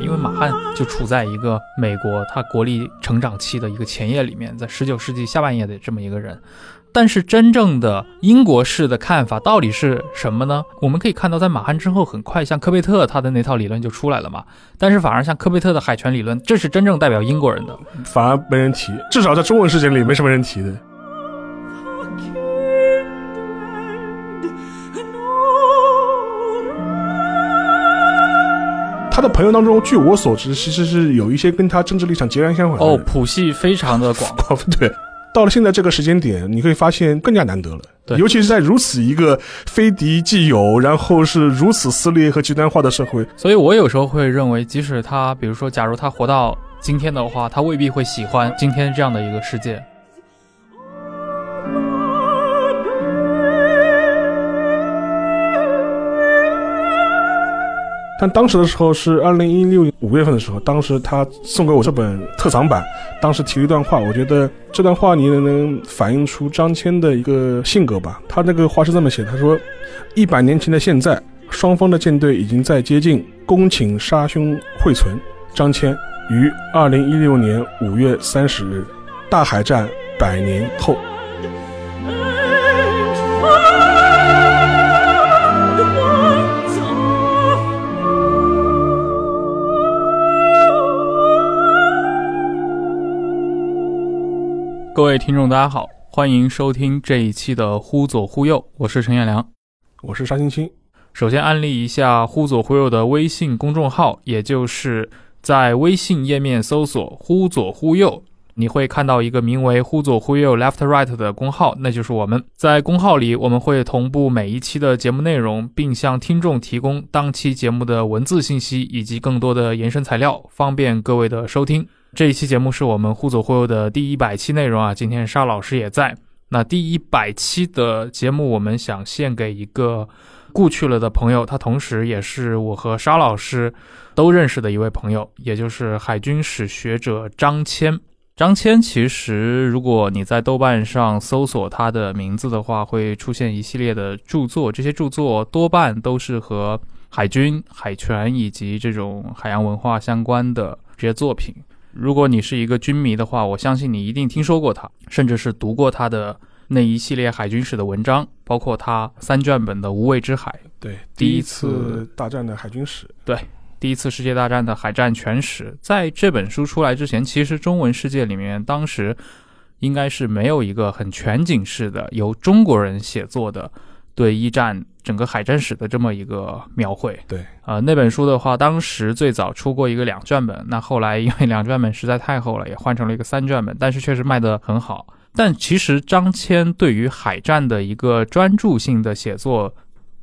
因为马汉就处在一个美国它国力成长期的一个前夜里面，在十九世纪下半叶的这么一个人。但是真正的英国式的看法到底是什么呢？我们可以看到，在马汉之后，很快像科贝特他的那套理论就出来了嘛。但是反而像科贝特的海权理论，这是真正代表英国人的。反而没人提，至少在中文世界里没什么人提的。他的朋友当中，据我所知，其实是有一些跟他政治立场截然相反的哦，人。谱系非常的广。哦，对。到了现在这个时间点，你会发现更加难得了。对尤其是在如此一个非敌即友，然后是如此撕裂和极端化的社会，所以我有时候会认为，即使他，比如说，假如他活到今天的话，他未必会喜欢今天这样的一个世界。但当时的时候是二零一六年五月份的时候，当时他送给我这本特藏版，当时提了一段话，我觉得这段话你能反映出张骞的一个性格吧。他那个话是这么写，他说：“一百年前的现在，双方的舰队已经在接近，恭请杀兄会存。”张骞于二零一六年五月三十日，大海战百年后。各位听众，大家好，欢迎收听这一期的《忽左忽右》，我是陈彦良。我是沙青青，首先安利一下“忽左忽右”的微信公众号，也就是在微信页面搜索“忽左忽右”，你会看到一个名为“忽左忽右 Left Right” 的公号，那就是我们。在公号里，我们会同步每一期的节目内容，并向听众提供当期节目的文字信息以及更多的延伸材料，方便各位的收听。这一期节目是我们“忽左忽右”的第一百期内容啊，今天沙老师也在。那第一百期的节目，我们想献给一个故去了的朋友，他同时也是我和沙老师都认识的一位朋友，也就是海军史学者张骞。张骞其实，如果你在豆瓣上搜索他的名字的话，会出现一系列的著作，这些著作多半都是和海军、海权以及这种海洋文化相关的这些作品。如果你是一个军迷的话，我相信你一定听说过他，甚至是读过他的那一系列海军史的文章，包括他三卷本的《无畏之海》对，第一一次次大战的海军史，第一次世界大战的海战全史，在这本书出来之前，其实中文世界里面当时应该是没有一个很全景式的由中国人写作的对一战整个海战史的这么一个描绘。对，呃，那本书的话，当时最早出过一个两卷本，那后来因为两卷本实在太厚了，也换成了一个三卷本，但是确实卖得很好。但其实张骞对于海战的一个专注性的写作，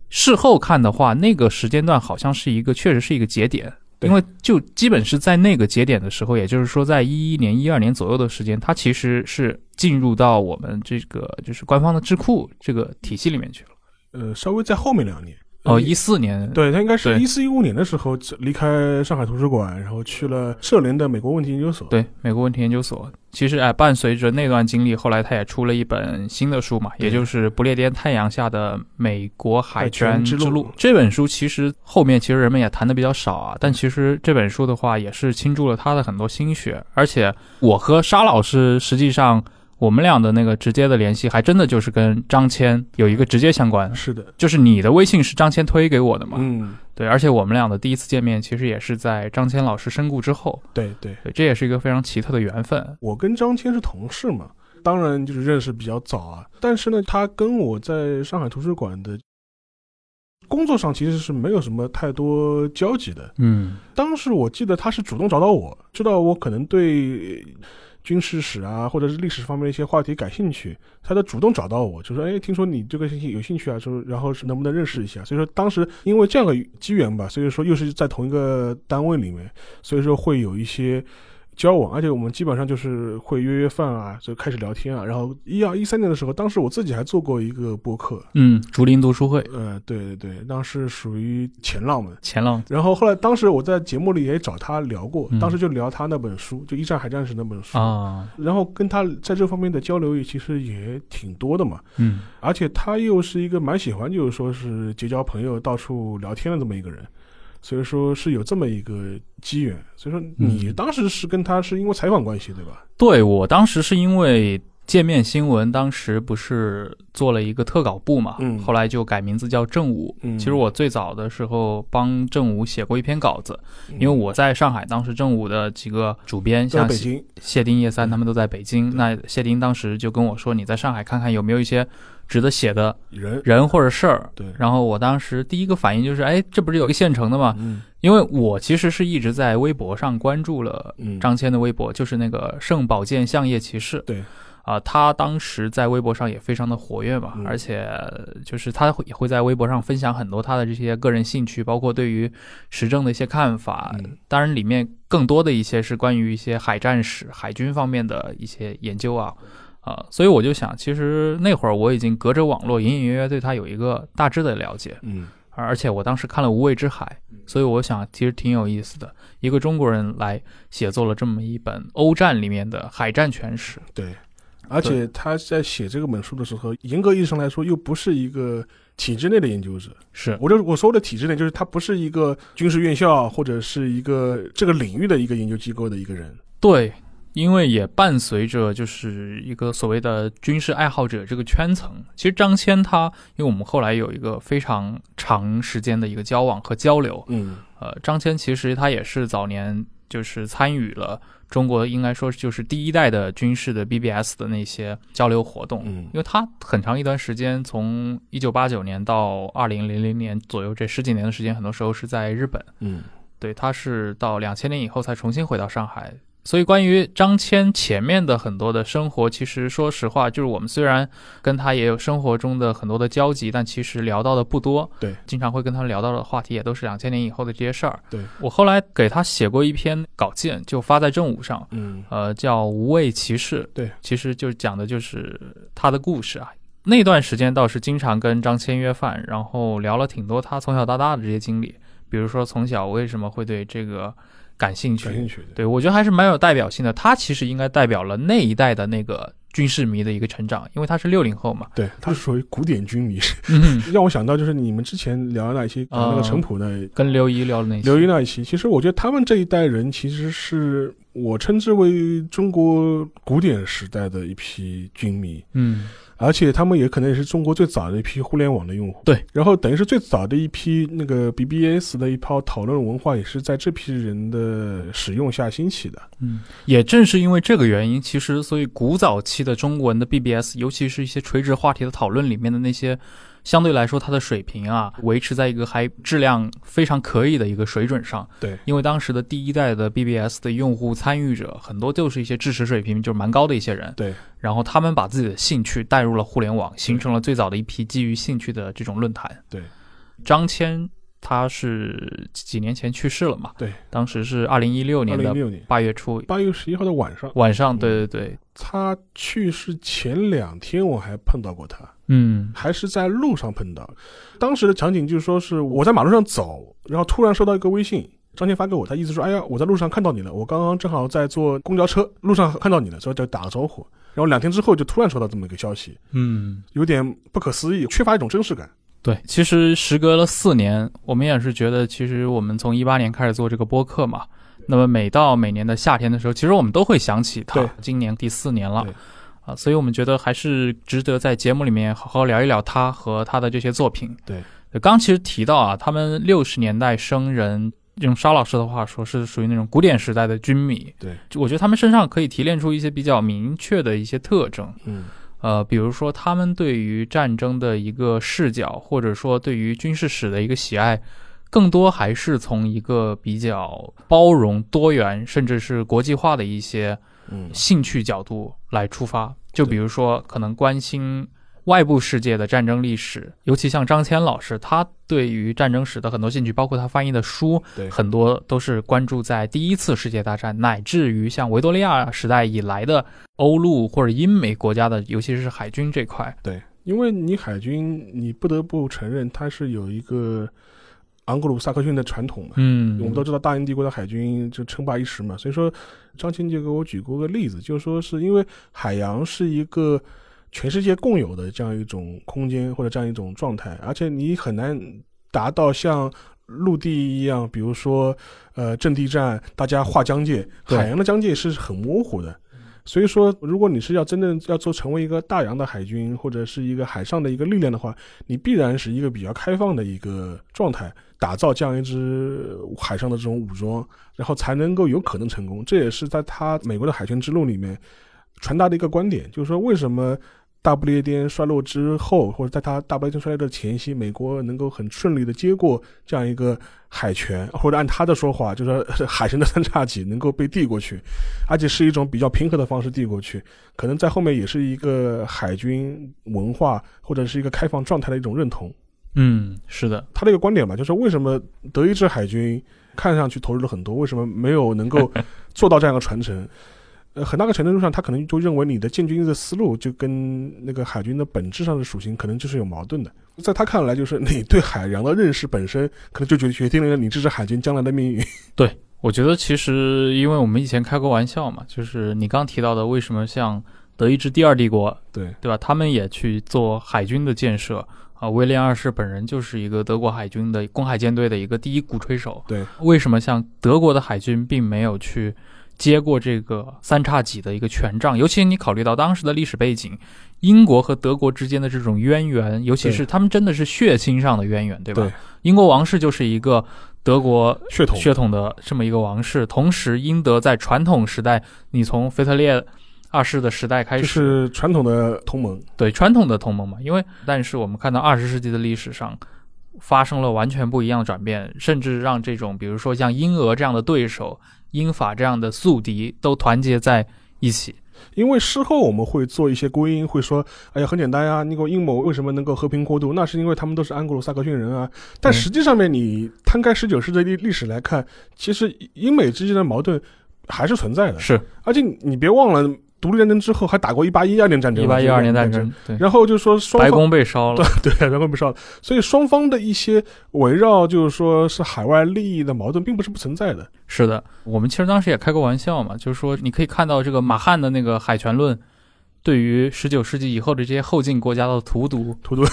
事后看的话，那个时间段好像是一个，确实是一个节点。对因为就基本是在那个节点的时候，也就是说在一一年、一二年左右的时间，它其实是进入到我们这个就是官方的智库这个体系里面去了。呃，稍微在后面两年。呃哦，一四年，对他应该是对一四一五年的时候离开上海图书馆，然后去了社联的美国问题研究所。，对，美国问题研究所。其实，哎，伴随着那段经历，后来他也出了一本新的书嘛，也就是《不列颠太阳下的美国海海权权之之路》路这本书其实后面其实人们也谈的比较少啊，嗯但其实这本书的话也是倾注了他的很多心血，而且我和沙老师实际上。我们俩的那个直接的联系，还真的就是跟张骞有一个直接相关，是的，就是你的微信是张骞推给我的嘛？嗯，对，而且我们俩的第一次见面，其实也是在张骞老师身故之后，对对，对，这也是一个非常奇特的缘分。我跟张骞是同事嘛，当然就是认识比较早啊。但是呢，他跟我在上海图书馆的工作上其实是没有什么太多交集的。嗯，当时我记得他是主动找到我，知道我可能对军事史啊，或者是历史方面的一些话题感兴趣，他就主动找到我，就说：“哎，听说你这个信息有兴趣啊，说然后是能不能认识一下？”所以说当时因为这样的机缘吧，所以说又是在同一个单位里面，所以说会有一些交往，而且我们基本上就是会约约饭啊，就开始聊天啊。然后一二一三年的时候，当时我自己还做过一个播客，嗯，竹林读书会，呃，对对对，当时属于前浪们。前浪，然后后来，当时我在节目里也找他聊过，嗯当时就聊他那本书，就《一战海战史》那本书。啊，然后跟他在这方面的交流也其实也挺多的嘛，嗯而且他又是一个蛮喜欢就是说是结交朋友、到处聊天的这么一个人，所以说是有这么一个机缘。所以说你嗯当时是跟他是因为采访关系对吧？对我当时是因为界面新闻，当时不是做了一个特稿部嘛，嗯后来就改名字叫正午。嗯，其实我最早的时候帮正午写过一篇稿子，嗯因为我在上海，当时正午的几个主编在像北谢京，嗯谢丁、叶三他们都在北京，对那谢丁当时就跟我说，你在上海看看有没有一些值得写的人人或者事儿。对，然后我当时第一个反应就是，哎，这不是有个现成的吗？嗯因为我其实是一直在微博上关注了嗯张骞的微博，就是那个圣宝剑相业骑士。对，啊、他当时在微博上也非常的活跃嘛，嗯而且就是他会也会在微博上分享很多他的这些个人兴趣，包括对于时政的一些看法。嗯当然，里面更多的一些是关于一些海战史、海军方面的一些研究啊。啊、所以我就想，其实那会儿我已经隔着网络，隐隐约约对他有一个大致的了解。嗯而而且我当时看了《无畏之海》，所以我想其实挺有意思的，一个中国人来写作了这么一本欧战里面的海战全史。对，而且他在写这个本书的时候，严格意义上来说又不是一个体制内的研究者。是 我就我说的体制内，就是他不是一个军事院校或者是一个这个领域的一个研究机构的一个人。对，因为也伴随着就是一个所谓的军事爱好者这个圈层。其实张骞他，因为我们后来有一个非常长时间的一个交往和交流，嗯呃，张骞其实他也是早年就是参与了中国应该说就是第一代的军事的 BBS 的那些交流活动，嗯因为他很长一段时间，从一九八九年到二零零零年左右这十几年的时间，很多时候是在日本，嗯对，他是到两千年以后才重新回到上海。所以，关于张骞前面的很多的生活，其实说实话，就是我们虽然跟他也有生活中的很多的交集，但其实聊到的不多。对，经常会跟他聊到的话题也都是两千年以后的这些事儿。对，我后来给他写过一篇稿件，就发在正午上。嗯呃，叫《无畏骑士》，对，其实就是讲的就是他的故事啊。那段时间倒是经常跟张骞约饭，然后聊了挺多他从小到大的这些经历，比如说从小为什么会对这个感兴趣，感兴趣的。对我觉得还是蛮有代表性的。他其实应该代表了那一代的那个军事迷的一个成长，因为他是六零 后嘛。对，他是属于古典军迷， 嗯，让我想到就是你们之前聊那一期啊那个陈普的跟刘一聊的那些刘一那一期，其实我觉得他们这一代人其实是我称之为中国古典时代的一批军迷。嗯，而且他们也可能也是中国最早的一批互联网的用户。对，然后等于是最早的一批那个 BBS 的一套讨论文化，也是在这批人的使用下兴起的。嗯，也正是因为这个原因，其实所以古早期的中文的 BBS，尤其是一些垂直话题的讨论里面的那些，相对来说它的水平啊，维持在一个还质量非常可以的一个水准上。对，因为当时的第一代的 BBS 的用户参与者很多就是一些知识水平就是蛮高的一些人，对，然后他们把自己的兴趣带入了互联网，形成了最早的一批基于兴趣的这种论坛。对，张骞他是几年前去世了嘛？对，当时是二零一六二年零的一六年八月初。八月十一号的晚上，晚上，嗯对对对，他去世前两天我还碰到过他，嗯还是在路上碰到。当时的场景就是说是我在马路上走，然后突然收到一个微信。张天发给我，他意思说：“哎呀，我在路上看到你了，我刚刚正好在坐公交车，路上看到你了，所以就打个招呼。”然后两天之后就突然收到这么一个消息，嗯，有点不可思议，缺乏一种真实感。对。其实时隔了四年，我们也是觉得，其实我们从一八年开始做这个播客嘛，那么每到每年的夏天的时候，其实我们都会想起他对。今年第四年了对，啊，所以我们觉得还是值得在节目里面好好聊一聊他和他的这些作品。对，刚其实提到啊，他们六十年代生人。用沙老师的话说，是属于那种古典时代的军迷。对，我觉得他们身上可以提炼出一些比较明确的一些特征。嗯呃，比如说他们对于战争的一个视角，或者说对于军事史的一个喜爱，更多还是从一个比较包容、多元，甚至是国际化的一些嗯兴趣角度来出发。就比如说，可能关心外部世界的战争历史，尤其像张骞老师，他对于战争史的很多兴趣，包括他翻译的书对，很多都是关注在第一次世界大战，乃至于像维多利亚时代以来的欧陆或者英美国家的，尤其是海军这块。对，因为你海军，你不得不承认它是有一个昂格鲁萨克逊的传统嘛。嗯，我们都知道大英帝国的海军就称霸一时嘛，所以说张清就给我举过个例子，就是说是因为海洋是一个全世界共有的这样一种空间或者这样一种状态，而且你很难达到像。陆地一样，比如说，呃，阵地战，大家划疆界，对海洋的疆界是很模糊的。所以说，如果你是要真正要做成为一个大洋的海军，或者是一个海上的一个力量的话，你必然是一个比较开放的一个状态，打造这样一支海上的这种武装，然后才能够有可能成功。这也是在他美国的海权之路里面传达的一个观点，就是说为什么。大不列颠衰落之后，或者在他大不列颠衰落的前夕，美国能够很顺利的接过这样一个海权，或者按他的说法，就是说海神的三叉戟能够被递过去，而且是一种比较平和的方式递过去。可能在后面也是一个海军文化或者是一个开放状态的一种认同。嗯，是的，他的一个观点吧，就是为什么德意志海军看上去投入了很多，为什么没有能够做到这样一个传承？呃，很大个程度上，他可能就认为你的建军的思路就跟那个海军的本质上的属性可能就是有矛盾的。在他看来，就是你对海洋的认识本身，可能就决决定了你这支海军将来的命 运。我觉得其实，因为我们以前开过玩笑嘛，就是你刚提到的，为什么像德意志第二帝国，对，对吧？他们也去做海军的建设啊。威廉二世本人就是一个德国海军的公海舰队的一个第一鼓吹手。对，为什么像德国的海军并没有去接过这个三叉戟的一个权杖？尤其你考虑到当时的历史背景，英国和德国之间的这种渊源，尤其是他们真的是血亲上的渊源，对吧？对英国王室就是一个德国血统，血统的这么一个王室。同时，英德在传统时代，你从腓特烈二世的时代开就始，是传统的同盟。对传统的同盟嘛。因为，但是我们看到二十世纪的历史上。发生了完全不一样的转变，甚至让这种比如说像英俄这样的对手、英法这样的宿敌都团结在一起。因为事后我们会做一些归因，会说，哎呀，很简单呀、那个英某为什么能够和平过渡，那是因为他们都是安格鲁萨克逊人啊。但嗯实际上面，你摊开十九世纪的历历史来看，其实英美之间的矛盾还是存在的，是而且你你别忘了，独立战争之后还打过一八一二年战争，啊一八一二年战战，争，对，然后就说双白方宫被烧了， 对，然后不知道，所以双方的一些围绕就是说是海外利益的矛盾，并不是不存在的。是的，我们其实当时也开过玩笑嘛，就是说你可以看到这个马汉的那个海权论，对于十九世纪以后的这些后进国家的荼毒， 荼毒，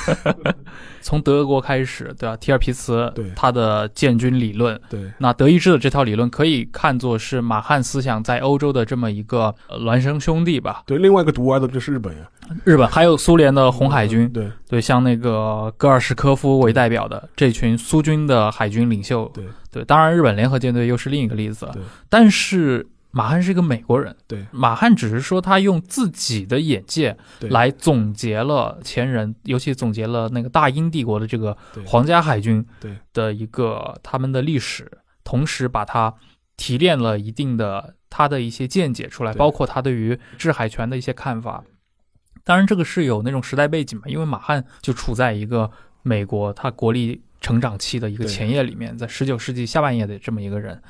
从德国开始，对吧？提尔皮茨对他的建军理论，对，那德意志的这套理论可以看作是马汉思想在欧洲的这么一个呃孪生兄弟吧。对，另外一个独爱的就是日本呀，日本还有苏联的红海军，对。对，像那个戈尔什科夫为代表的这群苏军的海军领袖，对当然日本联合舰队又是另一个例子对，但是马汉是一个美国人，对马汉只是说他用自己的眼界对来总结了前人，尤其总结了那个大英帝国的这个对皇家海军对的一个他们的历史，同时把它提炼了一定的他的一些见解出来，对包括他对于制海权的一些看法。当然，这个是有那种时代背景嘛，因为马汉就处在一个美国他国力成长期的一个对前夜里面，在十九世纪下半叶的这么一个人。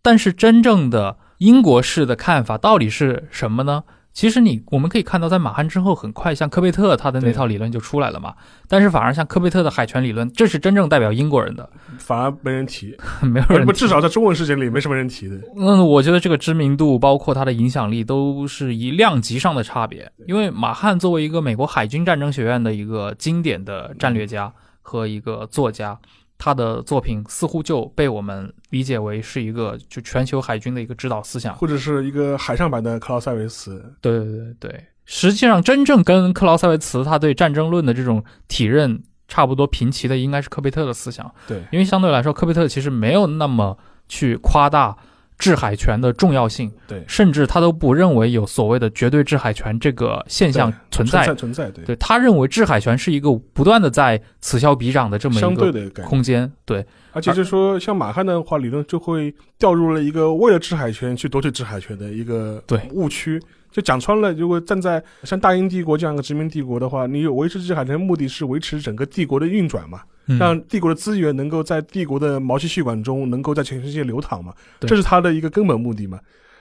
但是，真正的英国式的看法到底是什么呢？其实你我们可以看到，在马汉之后，很快像科贝特他的那对套理论就出来了嘛。但是反而像科贝特的海权理论，这是真正代表英国人的， 反而没人提，没有人不，提至少在中文世界里没什么人提的。嗯，我觉得这个知名度，包括它的影响力，都是一量级上的差别。因为马汉作为一个美国海军战争学院的一个经典的战略家嗯和一个作家，他的作品似乎就被我们理解为是一个就全球海军的一个指导思想。或者是一个海上版的克劳塞维茨，对对对对，实际上真正跟克劳塞维茨他对战争论的这种体认差不多平齐的，应该是科贝特的思想。对因为相对来说，科贝特其实没有那么去夸大制海权的重要性，对甚至他都不认为有所谓的绝对制海权这个现象对存存在。在存在，对，对他认为制海权是一个不断的在此消彼长的这么相一对个的感觉。空间。对，而且就是说，像马汉的话，理论就会掉入了一个为了制海权去夺取制海权的一个对误区。就讲穿了，如果站在像大英帝国这样一个殖民帝国的话，你有维持制海权的目的是维持整个帝国的运转嘛，嗯、让帝国的资源能够在帝国的毛细血管中能够在全世界流淌嘛，对这是它的一个根本目的嘛。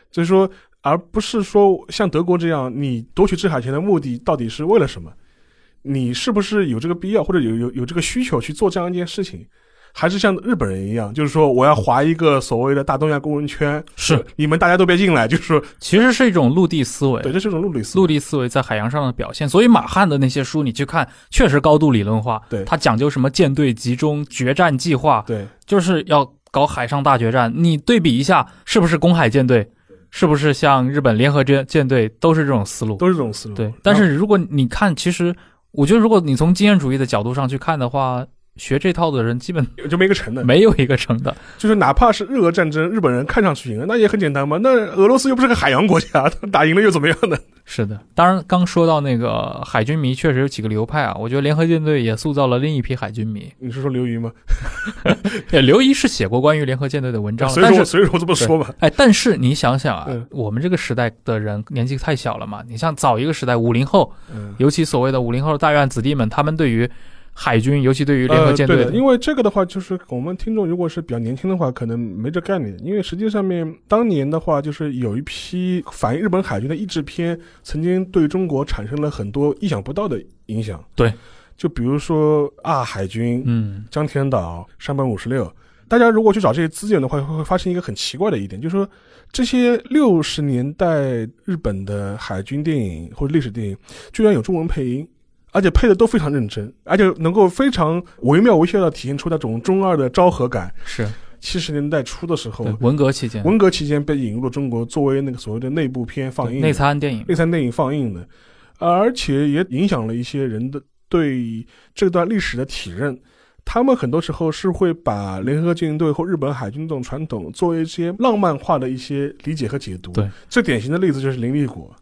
所以说，而不是说像德国这样，你夺取制海权的目的到底是为了什么？你是不是有这个必要，或者有有有这个需求去做这样一件事情？还是像日本人一样，就是说我要划一个所谓的大东亚工人圈，是你们大家都别进来，就是说，其实是一种陆地思维对，。这是一种路里斯陆地思维在海洋上的表现，所以马汉的那些书你去看，确实高度理论化。对他讲究什么舰队集中、决战计划，对就是要搞海上大决战。你对比一下，是不是公海舰队？是不是像日本联合舰舰队都是这种思路？都是这种思路。对。但是如果你看，其实我觉得，如果你从经验主义的角度上去看的话，学这套的人基本然后就没个成的，没有一个成的。就是哪怕是日俄战争，日本人看上去赢了，那也很简单嘛。那俄罗斯又不是个海洋国家， 他打赢了又怎么样呢？是的，当然，刚说到那个海军迷，确实有几个流派啊。我觉得联合舰队也塑造了另一批海军迷。你是说刘瑜吗？呃刘仪是写过关于联合舰队的文章了，所以啊但说我，是所以说我这么说吧。哎，但是你想想啊嗯，我们这个时代的人年纪太小了嘛。你像早一个时代，五零后，嗯，尤其所谓的五零后的大院子弟们，他们对于海军，尤其对于联合呃，舰对队，的，因为这个的话，就是我们听众如果是比较年轻的话，可能没这概念。因为实际上面当年的话，就是有一批反映日本海军的译制片，曾经对中国产生了很多意想不到的影响。对，就比如说啊，海军、嗯，江田岛、山本五十六。大家如果去找这些资源的话，会会发现一个很奇怪的一点，就是说这些六十年代日本的海军电影或者历史电影，居然有中文配音，而且配的都非常认真，而且能够非常惟妙惟肖的体现出那种中二的昭和感。是七十年代初的时候对，文革期间，文革期间被引入了中国，作为那个所谓的内部片放对映的，内参电影，内参电影放映的，呃而且也影响了一些人的对这段历史的体认。他们很多时候是会把联合舰队或日本海军这种传统作为一些浪漫化的一些理解和解读。对，最典型的例子就是林立果，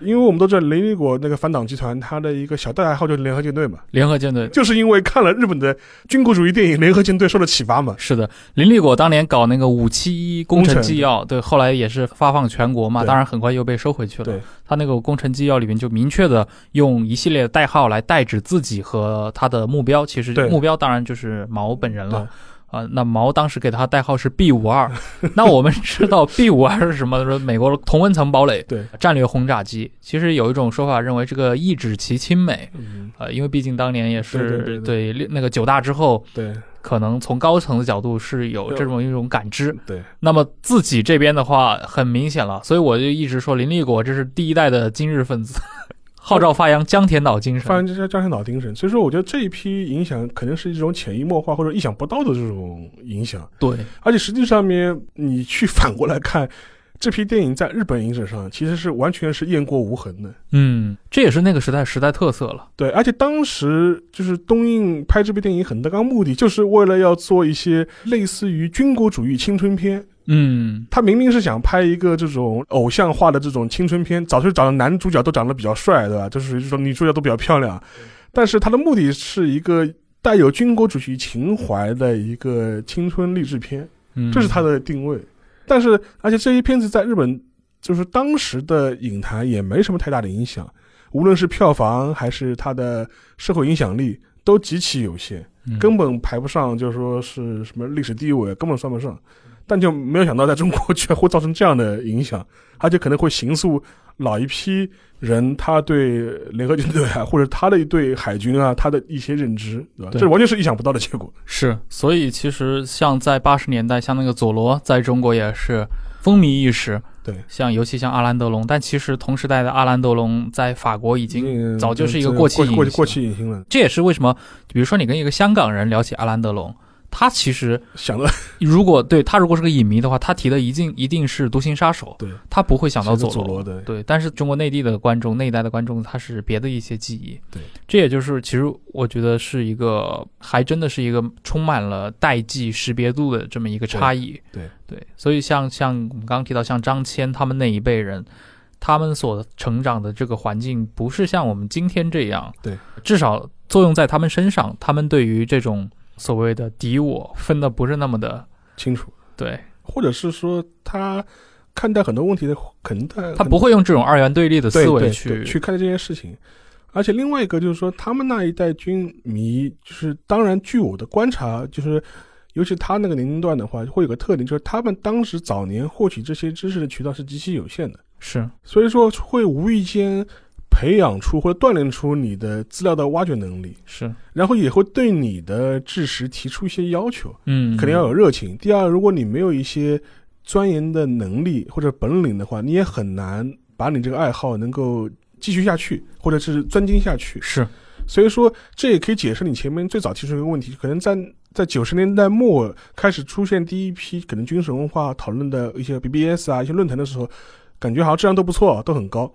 因为我们都知道林立果那个反党集团，它的一个小代号就是联合舰队嘛，联合舰队。就是因为看了日本的军国主义电影《联合舰队》受了启发嘛。是的，林立果当年搞那个五七一工工程程纪要，对，后来也是发放全国嘛，对当然很快又被收回去了。对，他那个工程纪要里面就明确的用一系列的代号来代指自己和他的目标，其实对目标当然就是毛本人了。啊、那毛当时给他代号是 B 五 二，那我们知道 B 五二是什么？说美国同温层堡垒、对，战略轰炸机。其实有一种说法认为这个意指其亲美，嗯，呃，因为毕竟当年也是对对对那个九大之后，对可能从高层的角度是有对这种一种感知。对，那么自己这边的话很明显了，所以我就一直说林立果这是第一代的今日分子， 号召发扬江田岛精神。发扬这些张天脑精神。所以说，我觉得这一批影响肯定是一种潜移默化或者意想不到的这种影响。对，而且实际上面，你去反过来看，这批电影在日本影史上其实是完全是雁过无痕的。嗯，这也是那个时代时代特色了。对，而且当时就是东映拍这部电影很大纲目的，就是为了要做一些类似于军国主义青春片。嗯，他明明是想拍一个这种偶像化的这种青春片，早就找的男主角都长得比较帅，对吧？就是属于这种女主角都比较漂亮，但是他的目的是一个带有军国主义情怀的一个青春励志片，嗯这是他的定位。但是，而且这些片子在日本就是当时的影坛也没什么太大的影响，无论是票房还是它的社会影响力都极其有限。嗯根本排不上，就是说是什么历史地位，根本算不上。但就没有想到，在中国居然会造成这样的影响，而且可能会形塑老一批人他对联合军队啊，或者他的对海军啊，他的一些认知，对吧？对这完全是意想不到的结果。是，所以其实像在八十年代，像那个佐罗在中国也是风靡一时。对像尤其像阿兰德龙，但其实同时代的阿兰德龙在法国已经嗯早就是一个这过过气影过星过气影星了。这也是为什么，比如说你跟一个香港人聊起阿兰德龙，他其实想的如果对他如果是个影迷的话，他提的一定一定是独行杀手，对，他不会想到佐想到佐罗对对。但是中国内地的观众，那一代的观众，他是别的一些记忆，对。这也就是其实我觉得是一个，还真的是一个充满了代际识别度的这么一个差异，对对。所以像像我们刚刚提到，像张骞他们那一辈人。他们所成长的这个环境，不是像我们今天这样，对，至少作用在他们身上，他们对于这种所谓的敌我分的不是那么的清楚，对，或者是说他看待很多问题的，可能他他不会用这种二元对立的对思维对去对去看待这件事情。而且另外一个就是说，他们那一代军迷，就是当然据我的观察，就是尤其他那个年龄段的话，会有个特点，就是他们当时早年获取这些知识的渠道是极其有限的，是所以说会无意间培养出或者锻炼出你的资料的挖掘能力，是，然后也会对你的知识提出一些要求。嗯，肯定要有热情。第二，如果你没有一些钻研的能力或者本领的话，你也很难把你这个爱好能够继续下去，或者是钻研下去。是所以说，这也可以解释你前面最早提出一个问题，可能在在九十年代末开始出现第一批可能军事文化讨论的一些 BBS 啊一些论坛的时候，感觉好像质量都不错，都很高。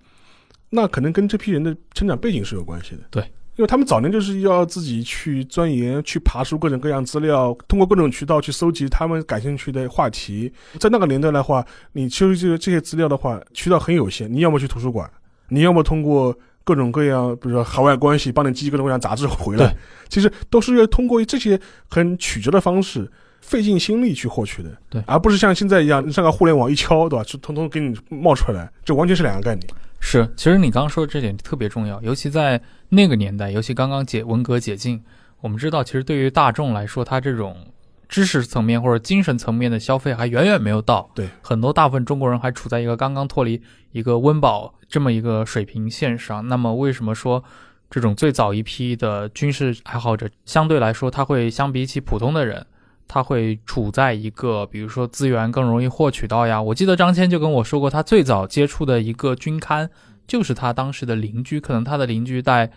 那可能跟这批人的成长背景是有关系的。对，因为他们早年就是要自己去钻研、去爬出各种各样资料，通过各种渠道去搜集他们感兴趣的话题。在那个年代的话，你收集这些资料的话，渠道很有限，你要么去图书馆，你要么通过各种各样，比如说海外关系，帮你寄各种各样杂志回来对。其实都是要通过这些很曲折的方式。费尽心力去获取的，对而不是像现在一样，上个互联网一敲，对吧？就通通给你冒出来，这完全是两个概念。是。其实你刚刚说的这点特别重要，尤其在那个年代，尤其刚刚解文革解禁，我们知道，其实对于大众来说，他这种知识层面或者精神层面的消费还远远没有到。对，很多大部分中国人还处在一个刚刚脱离一个温饱这么一个水平线上。那么，为什么说这种最早一批的军事爱好者，相对来说，他会相比起普通的人，他会处在一个比如说资源更容易获取到呀？我记得张骞就跟我说过，他最早接触的一个军刊就是他当时的邻居，可能他的邻居在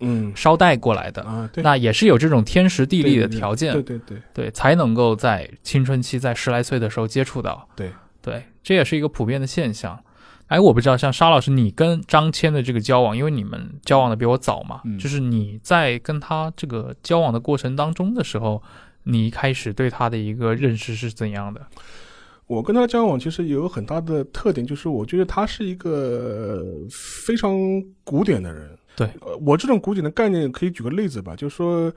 嗯捎带过来的。啊，对，那也是有这种天时地利的对对条件，对对对，对，才能够在青春期，在十来岁的时候接触到。对对，这也是一个普遍的现象。哎，我不知道，像沙老师，你跟张骞的这个交往，因为你们交往的比我早嘛，嗯就是你在跟他这个交往的过程当中的时候，你一开始对他的一个认识是怎样的？我跟他交往其实有很大的特点，就是我觉得他是一个呃非常古典的人。对呃，我这种古典的概念可以举个例子吧，就是说，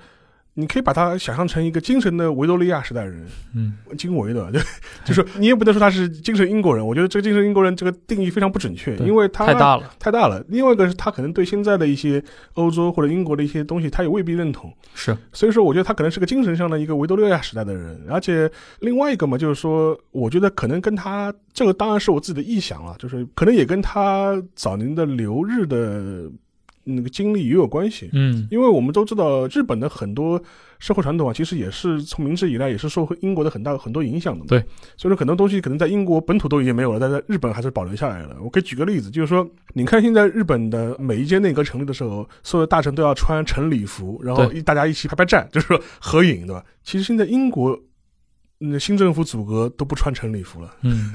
你可以把他想象成一个精神的维多利亚时代人，嗯，精维的，就 就是你也不能说他是精神英国人，我觉得这个精神英国人这个定义非常不准确，对因为他太大了，太大了。另外一个是他可能对现在的一些欧洲或者英国的一些东西，他也未必认同。是所以说，我觉得他可能是个精神上的一个维多利亚时代的人，而且另外一个嘛，就是说，我觉得可能跟他这个当然是我自己的臆想了，就是可能也跟他早年的留日的那个经历也有关系。嗯，因为我们都知道，日本的很多社会传统啊，其实也是从明治以来也是受英国的很大很多影响的嘛。对，所以说很多东西可能在英国本土都已经没有了，但在日本还是保留下来了。我可以举个例子，就是说，你看现在日本的每一届内阁成立的时候，所有的大臣都要穿晨礼服，然后对一大家一起拍拍站，就是说合影，对吧？其实现在英国。嗯，新政府组阁都不穿晨礼服了，嗯，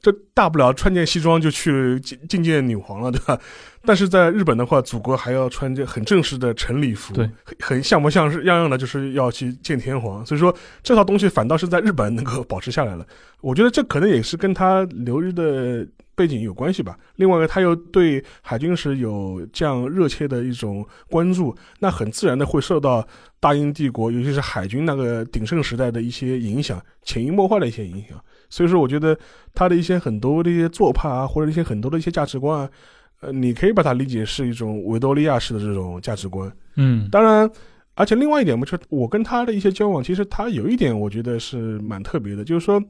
这大不了穿件西装就去觐觐见女皇了，对吧？但是在日本的话，祖国还要穿这很正式的晨礼服，对很，很像模像样样的，就是要去见天皇。所以说，这套东西反倒是在日本能够保持下来了。我觉得这可能也是跟他留日的背景有关系吧。另外一个，他又对海军史有这样热切的一种关注，那很自然的会受到大英帝国，尤其是海军那个鼎盛时代的一些影响，潜移默化的一些影响。所以说，我觉得他的一些很多的一些做派啊，或者一些很多的一些价值观啊，呃，你可以把它理解是一种维多利亚式的这种价值观。 嗯，当然，而且另外一点嘛，就是我跟他的一些交往，其实他有一点我觉得是蛮特别的，就是说，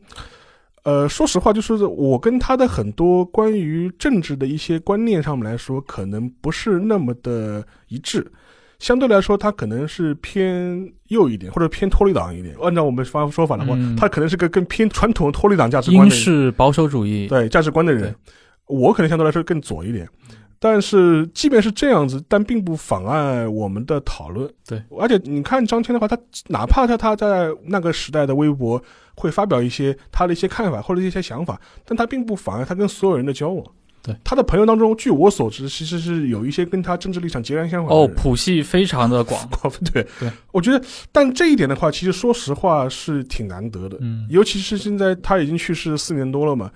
呃，说实话，就是我跟他的很多关于政治的一些观念上面来说，可能不是那么的一致。相对来说，他可能是偏右一点，或者偏脱离党一点。按照我们方说法的话，嗯他可能是个更偏传统脱离党价值观英的一个式保守主义，对价值观的人对，嗯我可能相对来说更左一点。但是即便是这样子，但并不妨碍我们的讨论。对，而且你看张骞的话，他哪怕他他在那个时代的微博会发表一些他的一些看法或者一些想法，但他并不妨碍他跟所有人的交往。对，他的朋友当中，据我所知，其实是有一些跟他政治立场截然相反的哦，人谱系非常的广，对， 对我觉得，但这一点的话，其实说实话是挺难得的，嗯，尤其是现在他已经去世四年多了嘛，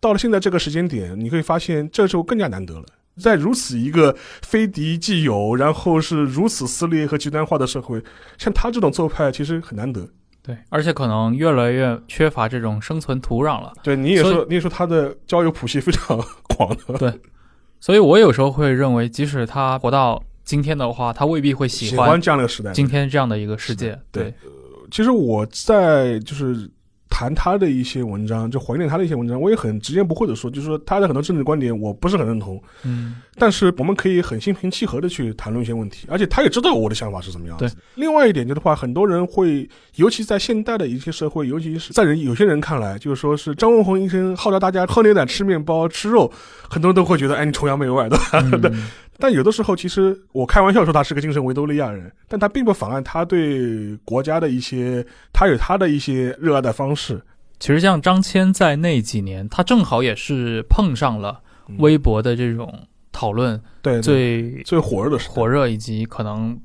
到了现在这个时间点，你会发现这时候更加难得了。在如此一个非敌即友，然后是如此撕裂和极端化的社会，像他这种做派其实很难得。对，而且可能越来越缺乏这种生存土壤了。对，你也所以说，你也说他的交友谱系非常广的，所以我有时候会认为，即使他活到今天的话，他未必会喜喜欢欢这样的时代。今天这样的一个世界。对，其实我在就是谈他的一些文章，就怀念他的一些文章，我也很直言不讳的说，就是说他的很多政治观点我不是很认同，嗯，但是我们可以很心平气和的去谈论一些问题，而且他也知道我的想法是怎么样子。另外一点就是的话，很多人会，尤其在现代的一些社会，尤其是在人有些人看来，就是说是张文宏医生号召大家喝牛奶、吃面包、吃肉，很多人都会觉得，哎，你崇洋媚外的。 嗯 对但有的时候，其实我开玩笑说他是个精神维多利亚人，但他并不妨碍他对国家的一些，他有他的一些热爱的方式。其实像张骞在那几年，他正好也是碰上了嗯微博的这种讨论对对最最火热的时代火热，以及可能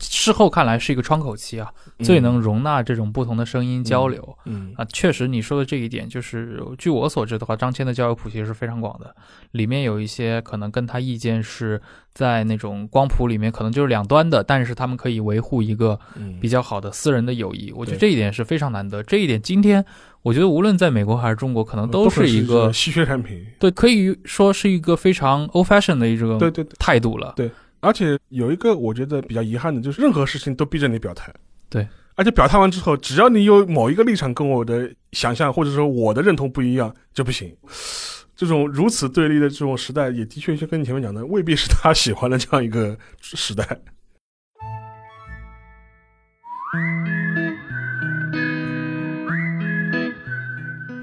事后看来是一个窗口期啊，最能容纳这种不同的声音交流。嗯啊，确实，你说的这一点，就是据我所知的话，张骞的交友谱系是非常广的，里面有一些可能跟他意见是在那种光谱里面可能就是两端的，但是他们可以维护一个嗯比较好的私人的友谊，我觉得这对一点是非常难得。这一点今天我觉得无论在美国还是中国，可能都是是一个稀缺产品。对，可以说是一个非常 old fashion 的一种对对对。态度了。而且有一个我觉得比较遗憾的，就是任何事情都逼着你表态。对，而且表态完之后，只要你有某一个立场跟我的想象或者说我的认同不一样，就不行。这种如此对立的这种时代，也的确就跟你前面讲的，未必是他喜欢的这样一个时代。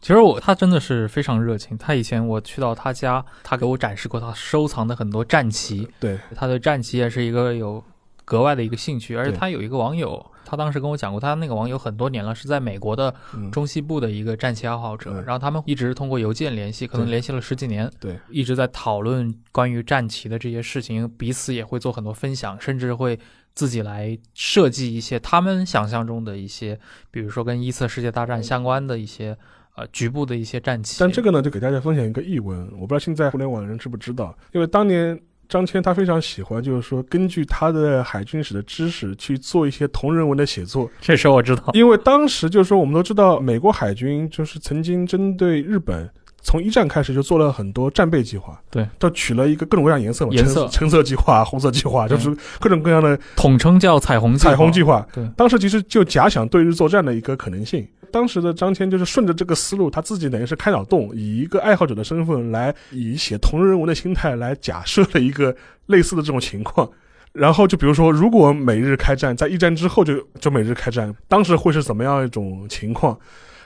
其实我他真的是非常热情。他以前我去到他家，他给我展示过他收藏的很多战旗，对，他对战旗也是一个有格外的一个兴趣。而且对他有一个网友，他当时跟我讲过，他那个网友很多年了，是在美国的嗯，中西部的一个战旗爱好者，嗯然后他们一直通过邮件联系，可能对联系了十几年，对，一直在讨论关于战旗的这些事情，彼此也会做很多分享，甚至会自己来设计一些他们想象中的一些，比如说跟一次世界大战相关的一些呃局部的一些战旗。但这个呢，就给大家分享一个译文，我不知道现在互联网人知不知道，因为当年。张骞他非常喜欢，就是说根据他的海军史的知识去做一些同人文的写作，这时候我知道，因为当时就是说，我们都知道美国海军就是曾经针对日本，从一战开始就做了很多战备计划，对，就取了一个各种各样颜色嘛，颜橙色橙色计划、红色计划，对就是各种各样的统称叫彩虹彩虹计划。对当时其实就假想对日作战的一个可能性。当时的张骞就是顺着这个思路，他自己等于是开脑洞，以一个爱好者的身份来，以写同人文的心态来假设了一个类似的这种情况。然后就比如说，如果美日开战，在一战之后就就美日开战，当时会是怎么样一种情况？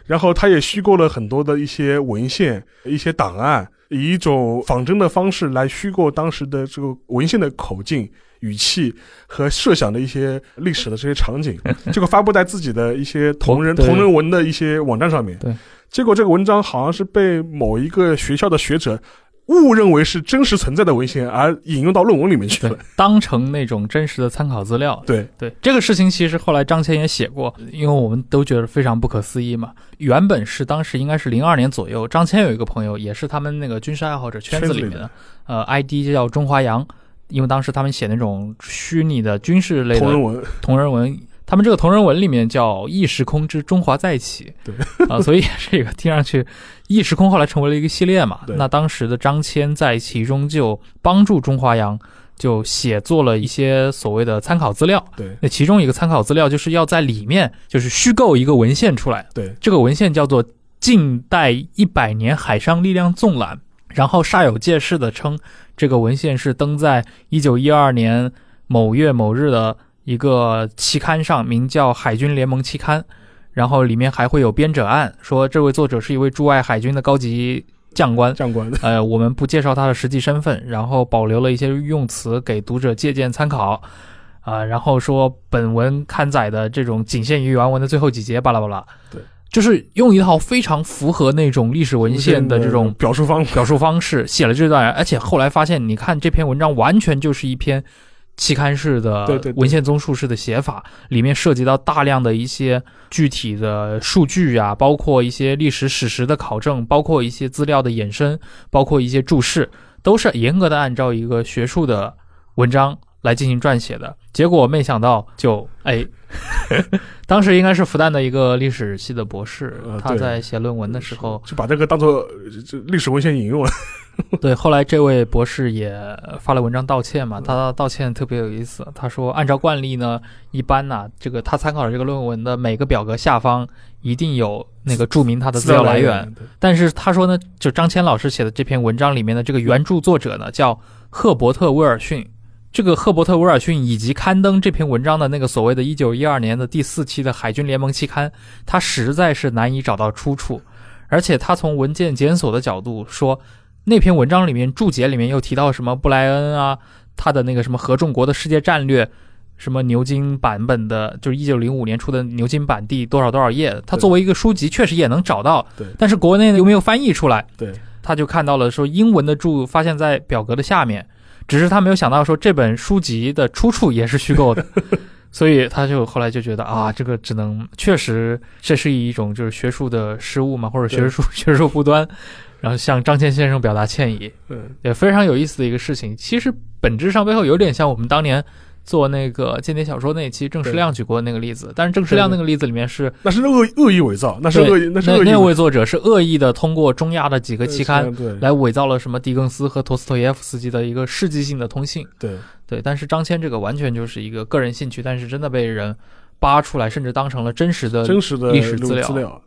然后他也虚构了很多的一些文献、一些档案，以一种仿真的方式来虚构当时的这个文献的口径、语气和设想的一些历史的这些场 景，结果发布在自己的一些同人对同人文的一些网站上面。对，结果这个文章好像是被某一个学校的学者误认为是真实存在的文献，而引用到论文里面去对了。，当成那种真实的参考资料。对，对这个事情，其实后来张骞也写过，因为我们都觉得非常不可思议嘛。原本是当时应该是零二年左右，张骞有一个朋友，也是他们那个军事爱好者圈子里面圈子里的的，呃，ID 就叫中华洋，因为当时他们写那种虚拟的军事类的同人文同人文，他们这个同人文里面叫“异时空之中华再起”，对啊、所以这个听上去，异时空后来成为了一个系列嘛。对那当时的张骞在其中就帮助中华洋就写作了一些所谓的参考资料。对那其中一个参考资料就是要在里面就是虚构一个文献出来，对这个文献叫做《近代一百年海上力量纵览》，然后煞有介事的称这个文献是登在一九一二年某月某日的一个期刊上，名叫《海军联盟期刊》，然后里面还会有编者案，说这位作者是一位驻外海军的高级将官。相关的。呃，我们不介绍他的实际身份，然后保留了一些用词给读者借鉴参考，啊、然后说本文刊载的这种仅限于原文的最后几节，巴拉巴拉，对，就是用一套非常符合那种历史文献的这种表述方法，表述方式写了这段，而且后来发现，你看这篇文章完全就是一篇期刊式的对对对文献综述式的写法，里面涉及到大量的一些具体的数据啊，包括一些历史史实的考证，包括一些资料的衍生，包括一些注释，都是严格的按照一个学术的文章来进行撰写的。结果没想到就哎。 当时应该是复旦的一个历史系的博士呃，他对在写论文的时候，就把这个当做历史文献引用了。对，后来这位博士也发了文章道歉嘛，他道歉特别有意思。他说，按照惯例呢，一般呐、这个他参考的这个论文的每个表格下方一定有那个注明他的资料来源。，但是他说呢，就张骞老师写的这篇文章里面的这个原著作者呢，叫赫伯特·威尔逊。这个赫伯特·威尔逊以及刊登这篇文章的那个所谓的1912年的第四期的海军联盟期刊，他实在是难以找到出处，而且他从文件检索的角度说，那篇文章里面注解里面又提到什么布莱恩啊，他的那个什么合众国的世界战略，什么牛津版本的，就是一九零五年出的牛津版第多少多少页，他对作为一个书籍确实也能找到对，但是国内有没有翻译出来？对，他就看到了说英文的注发现在表格的下面，只是他没有想到说这本书籍的出处也是虚构 的。所以他就后来就觉得啊，这个只能确实这是一种就是学术的失误嘛，或者学术 学术不端，然后向张骞先生表达歉意，嗯，也非常有意思的一个事情。其实本质上背后有点像我们当年做那个间谍小说那一期郑世对亮举过的那个例子，但是郑世亮那个例子里面是那是恶恶意伪造，那是对恶意，那是那恶意那位作者是恶意的通过中亚的几个期刊对来伪造了什么狄更斯和陀思妥耶夫斯基的一个世纪性的通信。对对，但是张骞这个完全就是一个个人兴趣，但是真的被人扒出来，甚至当成了真实的真实的呃历史资资料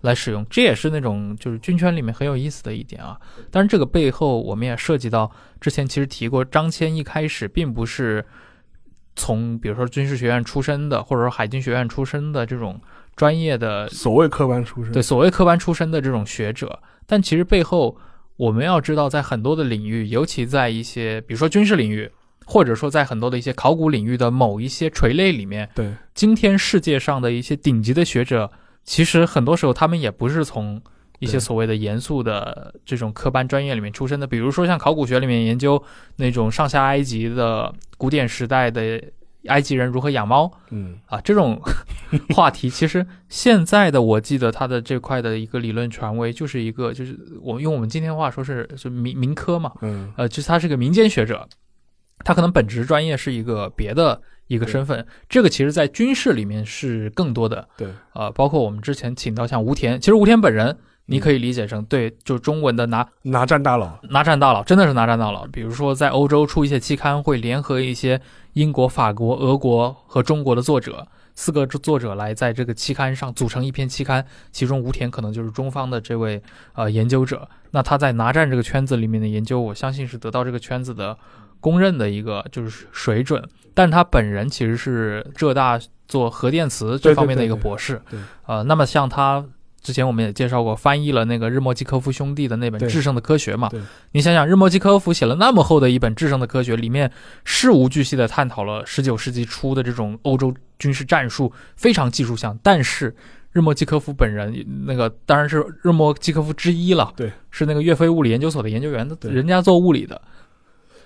来使用，这也是那种就是军圈里面很有意思的一点啊。但是这个背后我们也涉及到之前其实提过，张骞一开始并不是从比如说军事学院出身的，或者说海军学院出身的这种专业的所谓科班出身，对所谓科班出身的这种学者，但其实背后我们要知道，在很多的领域，尤其在一些比如说军事领域，或者说在很多的一些考古领域的某一些垂类里面，对今天世界上的一些顶级的学者，其实很多时候他们也不是从一些对所谓的严肃的这种科班专业里面出身的，比如说像考古学里面研究那种上下埃及的古典时代的埃及人如何养猫，嗯，啊，这种话题其实现在的我记得它的这块的一个理论权威就是一个就是我用我们今天话说是是民民科嘛，嗯呃，就是他是个民间学者，他可能本职专业是一个别的一个身份，这个其实在军事里面是更多的，对，呃，包括我们之前请到像吴田，其实吴田本人你可以理解成对，就中文的拿拿战大佬，拿战大佬，真的是拿战大佬。比如说，在欧洲出一些期刊，会联合一些英国、法国、俄国和中国的作者，四个作者来在这个期刊上组成一篇期刊，其中吴田可能就是中方的这位呃研究者。那他在拿战这个圈子里面的研究，我相信是得到这个圈子的公认的一个就是水准。但他本人其实是浙大做核电磁这对对方面的对一个对博士，对呃，那么像他之前我们也介绍过，翻译了那个日莫基科夫兄弟的那本《对制胜的科学》嘛对。你想想，日莫基科夫写了那么厚的一本《制胜的科学》，里面事无巨细的探讨了十九世纪初的这种欧洲军事战术，非常技术项。但是日莫基科夫本人，那个当然是日莫基科夫之一了，对，是那个岳飞物理研究所的研究员，对人家做物理的，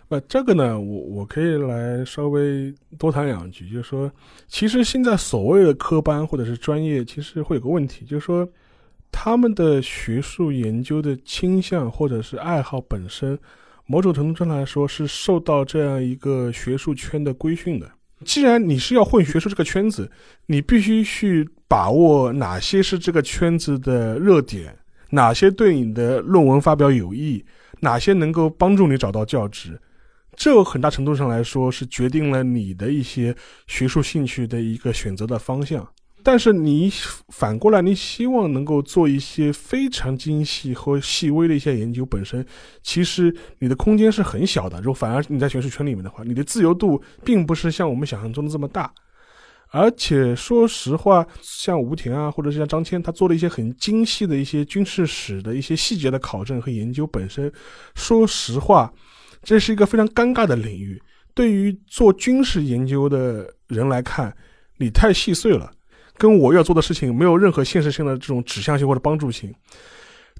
那呃这个呢，我我可以来稍微多谈两句，就是说，其实现在所谓的科班或者是专业，其实会有个问题，就是说，他们的学术研究的倾向或者是爱好本身，某种程度上来说是受到这样一个学术圈的规训的。既然你是要混学术这个圈子，你必须去把握哪些是这个圈子的热点，哪些对你的论文发表有益，哪些能够帮助你找到价值。这很大程度上来说是决定了你的一些学术兴趣的一个选择的方向。但是你反过来，你希望能够做一些非常精细和细微的一些研究，本身其实你的空间是很小的。如果反而你在学术圈里面的话，你的自由度并不是像我们想象中的这么大。而且说实话，像吴田啊，或者是像张骞，他做了一些很精细的一些军事史的一些细节的考证和研究，本身说实话，这是一个非常尴尬的领域。对于做军事研究的人来看，你太细碎了，跟我要做的事情没有任何现实性的这种指向性或者帮助性。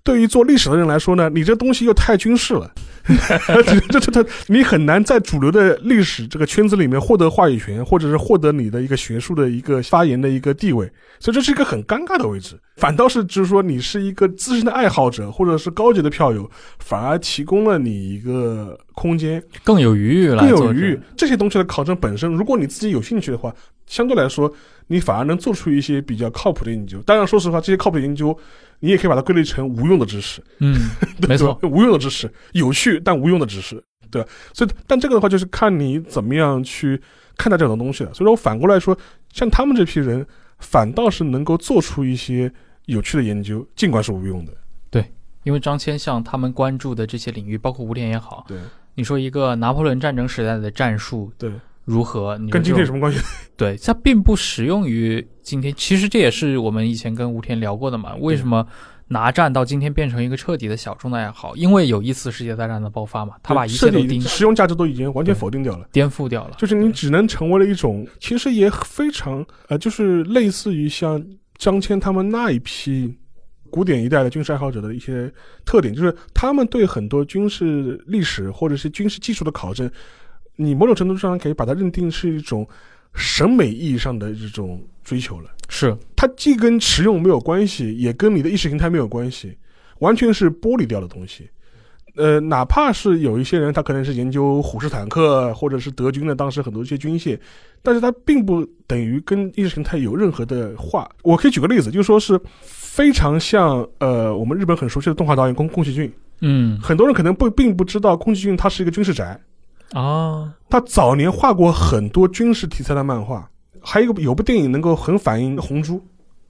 对于做历史的人来说呢，你这东西又太军事了， 这这这，这你很难在主流的历史这个圈子里面获得话语权，或者是获得你的一个学术的一个发言的一个地位，所以这是一个很尴尬的位置。反倒是就是说，你是一个资深的爱好者，或者是高级的票友，反而提供了你一个空间，更有余裕来更做有余这裕。这些东西的考证本身，如果你自己有兴趣的话，相对来说，你反而能做出一些比较靠谱的研究。当然，说实话，这些靠谱的研究，你也可以把它归类成无用的知识， 嗯，没错，对吧，无用的知识，有趣但无用的知识，对吧？所以，但这个的话，就是看你怎么样去看待这种东西了。所以说，反过来说，像他们这批人，反倒是能够做出一些有趣的研究，尽管是无用的。因为张骞像他们关注的这些领域，包括吴田也好，对你说一个拿破仑战争时代的战术对，如何，你跟今天就有什么关系？对它并不适用于今天。其实这也是我们以前跟吴田聊过的嘛，为什么？拿战到今天变成一个彻底的小众的爱好，因为有一次世界大战的爆发嘛，他把一切彻都底颠实用价值都已经完全否定掉了。颠覆掉了。就是你只能成为了一种，其实也非常呃，就是类似于像张骞他们那一批古典一代的军事爱好者的一些特点，就是他们对很多军事历史或者是军事技术的考证，你某种程度上可以把它认定是一种审美意义上的这种追求了。是它既跟实用没有关系，也跟你的意识形态没有关系，完全是剥离掉的东西。呃，哪怕是有一些人，他可能是研究虎式坦克或者是德军的当时很多一些军械，但是他并不等于跟意识形态有任何的话。我可以举个例子，就说是非常像呃我们日本很熟悉的动画导演宫宫崎骏，嗯很多人可能不并不知道宫崎骏他是一个军事宅，啊，他早年画过很多军事题材的漫画，还有一个有部电影能够很反映《红猪》。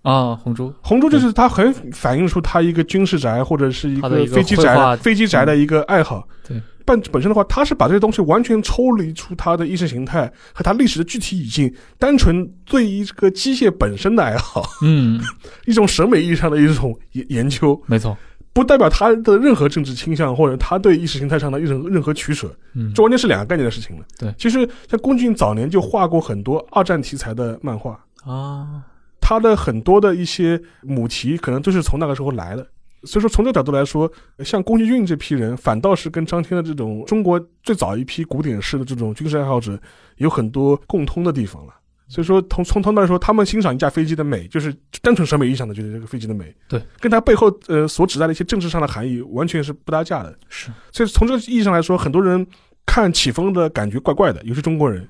啊，红猪，红猪就是他很反映出他一个军事宅或者是一他的个一个飞机绘画嗯宅、飞机宅的一个爱好。对，但本身的话，他是把这些东西完全抽离出他的意识形态和他历史的具体语境，单纯对于这个机械本身的爱好， 嗯，一种审美意义上的一种研研究，没错，不代表他的任何政治倾向或者他对意识形态上的一种任何取舍。嗯这，完全是两个概念的事情了。对其实像宫崎骏早年就画过很多二战题材的漫画，啊，他的很多的一些母题可能就是从那个时候来的。所以说，从这个角度来说，像宫崎骏这批人，反倒是跟张骞的这种中国最早一批古典式的这种军事爱好者有很多共通的地方了。所以说，从从他们来说，他们欣赏一架飞机的美，就是单纯审美意义上的觉得这个飞机的美，对，跟他背后呃所指代的一些政治上的含义完全是不搭架的。是所以从这个意义上来说，很多人看起风的感觉怪怪的，尤其中 国人。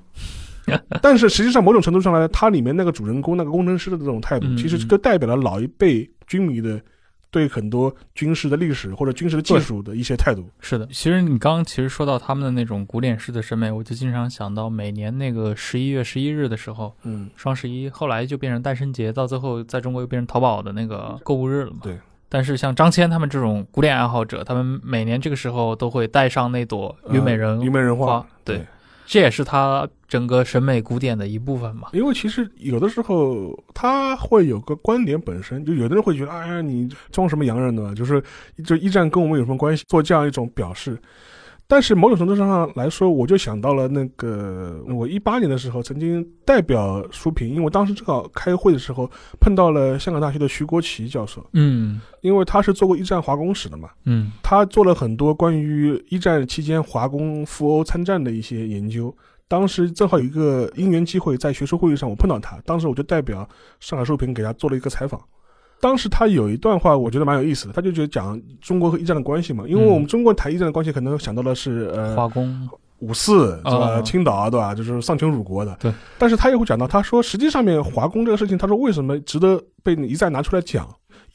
但是实际上，某种程度上来，它里面那个主人公、那个工程师的这种态度嗯，其实就代表了老一辈军迷的对很多军事的历史或者军事的技术的一些态度。是的，其实你刚刚其实说到他们的那种古典式的审美，我就经常想到每年那个十一月十一日的时候，嗯，双十一，后来就变成诞生节，到最后在中国又变成淘宝的那个购物日了嘛。对。但是像张骞他们这种古典爱好者，他们每年这个时候都会带上那朵呃虞美人虞美人花画，，对，这也是他整个审美古典的一部分嘛。因为其实有的时候他会有个观点本身，就有的人会觉得，哎呀，你装什么洋人呢？就是就一战跟我们有什么关系？做这样一种表示。但是某种程度上来说，我就想到了那个，我一八年的时候曾经代表书评，因为我当时正好开会的时候碰到了香港大学的徐国奇教授，嗯因为他是做过一战华工史的嘛，嗯他做了很多关于一战期间华工赴欧参战的一些研究。当时正好有一个因缘机会，在学术会议上我碰到他，当时我就代表上海书评给他做了一个采访。当时他有一段话，我觉得蛮有意思的，他就觉得讲中国和一战的关系嘛，因为嗯我们中国谈一战的关系，可能想到的是呃化嗯工，五四是吧？啊青岛啊，对吧？就是丧权辱国的。对。但是他也会讲到，他说实际上面华工这个事情，他说为什么值得被你一再拿出来讲？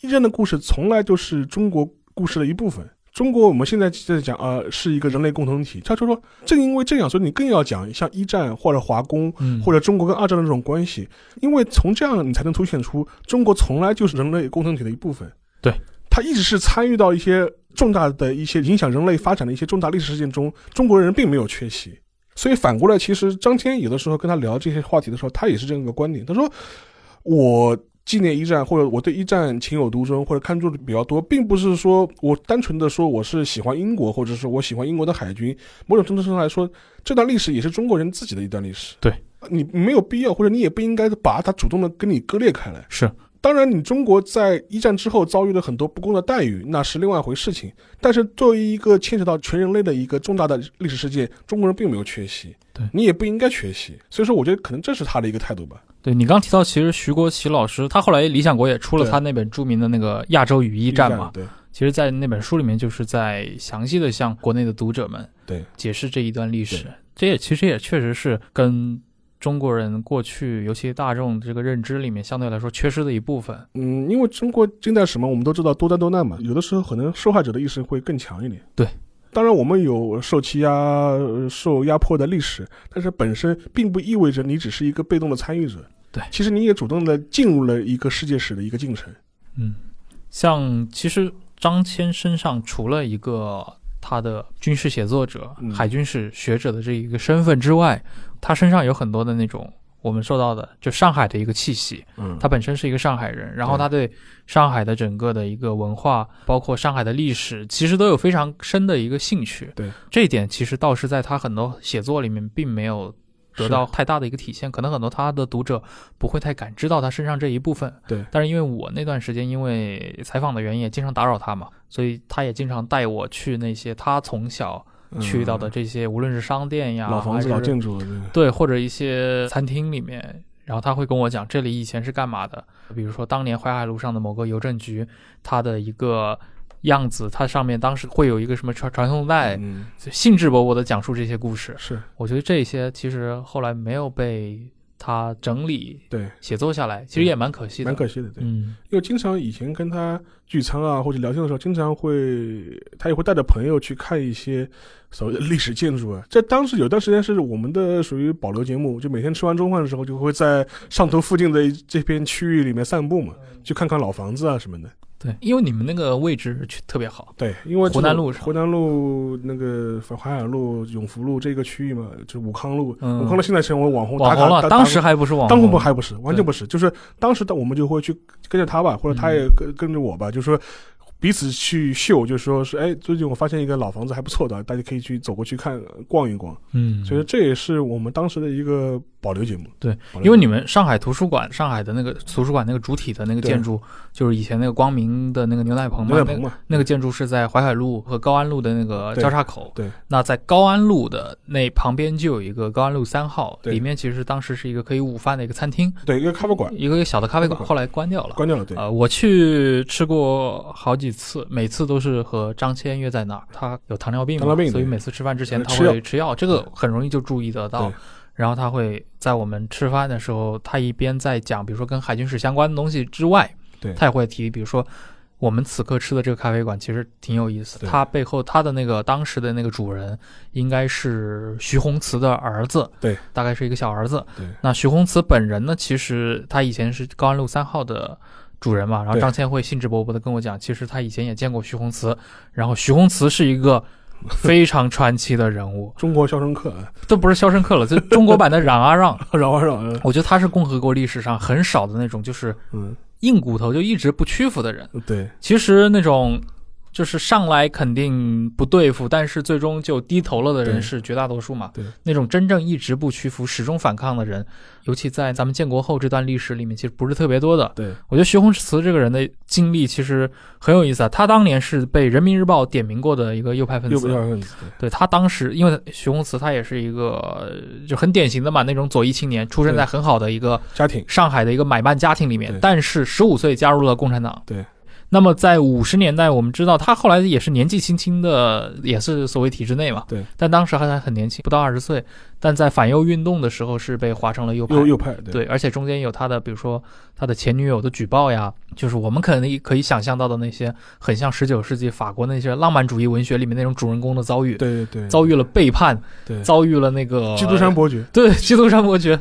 一战的故事从来就是中国故事的一部分。中国我们现在在讲啊、呃是一个人类共同体。他就说，正因为这样，所以你更要讲像一战或者华工嗯，或者中国跟二战的这种关系，因为从这样你才能凸显出中国从来就是人类共同体的一部分。对，它一直是参与到一些重大的一些影响人类发展的一些重大历史事件中，中国人并没有缺席。所以反过来，其实张骞有的时候跟他聊这些话题的时候，他也是这样一个观点。他说：“我纪念一战，或者我对一战情有独钟，或者看重的比较多，并不是说我单纯的说我是喜欢英国，或者是我喜欢英国的海军。某种程度上来说，这段历史也是中国人自己的一段历史。对，呃你没有必要，或者你也不应该把它主动的跟你割裂开来。是当然，你中国在一战之后遭遇了很多不公的待遇，那是另外一回事情。但是，作为一个牵扯到全人类的一个重大的历史事件，中国人并没有缺席，对你也不应该缺席。所以说，我觉得可能这是他的一个态度吧。对你刚提到，其实徐国奇老师他后来理想国也出了对他那本著名的那个《亚洲与一一战》嘛，对，其实，在那本书里面，就是在详细的向国内的读者们对解释这一段历史对。这也其实也确实是跟中国人过去，尤其大众这个认知里面相对来说缺失的一部分。嗯，因为中国近代史嘛，我们都知道多灾多难嘛，有的时候可能受害者的意识会更强一点。对，当然我们有受欺压、呃受压迫的历史，但是本身并不意味着你只是一个被动的参与者。对其实你也主动的进入了一个世界史的一个进程。嗯，像其实张骞身上除了一个他的军事写作者、嗯海军史学者的这一个身份之外，他身上有很多的那种我们受到的就上海的一个气息。嗯他本身是一个上海人，然后对他对上海的整个的一个文化，包括上海的历史，其实都有非常深的一个兴趣。对，这一点其实倒是在他很多写作里面并没有得是到太大的一个体现，可能很多他的读者不会太感知到他身上这一部分。对但是因为我那段时间因为采访的原因，也经常打扰他嘛，所以他也经常带我去那些他从小去到的这些，无论是商店呀，嗯老房子、还老是建筑，对对，或者一些餐厅里面，然后他会跟我讲这里以前是干嘛的，比如说当年淮海路上的某个邮政局，它的一个样子，它上面当时会有一个什么传传送带，嗯，兴致勃勃地讲述这些故事。是我觉得这些其实后来没有被他整理对，写作下来，其实也蛮可惜的。蛮可惜的，对。嗯，因为经常以前跟他聚餐啊或者聊天的时候，经常会他也会带着朋友去看一些所谓的历史建筑啊。这当时有段时间是我们的属于保留节目，就每天吃完中饭的时候，就会在上头附近的这片区域里面散步嘛，去看看老房子啊什么的。对，因为你们那个位置去特别好。对，因为湖这种南路上湖南路那个反淮海路、永福路这个区域嘛，就武康路。嗯武康路现在成为网红打网卡，红了，打当时还不是网红，当时不还不是，完对全不是，就是当时的我们就会去跟着他吧，或者他也跟跟着我吧，就说彼此去秀，就说是哎，最近我发现一个老房子还不错的，大家可以去走过去看逛一逛。嗯，所以这也是我们当时的一个保留节目。对保留节目，因为你们上海图书馆，上海的那个图书馆那个主体的那个建筑，就是以前那个光明的那个牛奶棚嘛，牛奶那棚个嘛，那个建筑是在淮海路和高安路的那个对交叉口。对那在高安路的那旁边就有一个高安路三号，对里面其实当时是一个可以午饭的一个餐厅，对一个咖啡馆一个小的咖啡馆，咖啡馆后来关掉了。关掉了，对，呃，我去吃过好几次，每次都是和张骞约在那儿。他有糖尿病嘛，糖尿病所以对每次吃饭之前呃他吃药会吃药，这个很容易就注意得到对。然后他会在我们吃饭的时候，他一边在讲，比如说跟海军史相关的东西之外，对他也会提，比如说我们此刻吃的这个咖啡馆其实挺有意思的，对它背后它的那个当时的那个主人应该是徐洪慈的儿子，对，大概是一个小儿子。对那徐洪慈本人呢，其实他以前是高安路三号的主人嘛，然后对张骞会兴致勃勃的跟我讲，其实他以前也见过徐洪慈，然后徐洪慈是一个非常传奇的人物， 中国肖申克，啊都不是《肖申克》了，这中国版的冉阿让， 然后让嗯我觉得他是共和国历史上很少的那种，就是嗯，硬骨头就一直不屈服的人。对，其实那种就是上来肯定不对付，但是最终就低头了的人对是绝大多数嘛。对，那种真正一直不屈服、始终反抗的人，尤其在咱们建国后这段历史里面，其实不是特别多的。对，我觉得徐宏慈这个人的经历其实很有意思啊。他当年是被《人民日报》点名过的一个右派分右子，派分子，对对他当时，因为徐宏慈他也是一个呃就很典型的嘛那种左翼青年，出生在对很好的一个家庭，上海的一个买办家庭里面对，但是十五岁加入了共产党。对。那么在五十年代，我们知道他后来也是年纪轻轻的，也是所谓体制内嘛。对。但当时还很年轻，不到二十岁，但在反右运动的时候是被划成了右派。右右派，对，对，而且中间有他的，比如说他的前女友的举报呀，就是我们可能可以想象到的那些很像十九世纪法国那些浪漫主义文学里面那种主人公的遭遇，对对，遭遇了背叛，对遭遇了那个 基督山伯爵，对基督山伯爵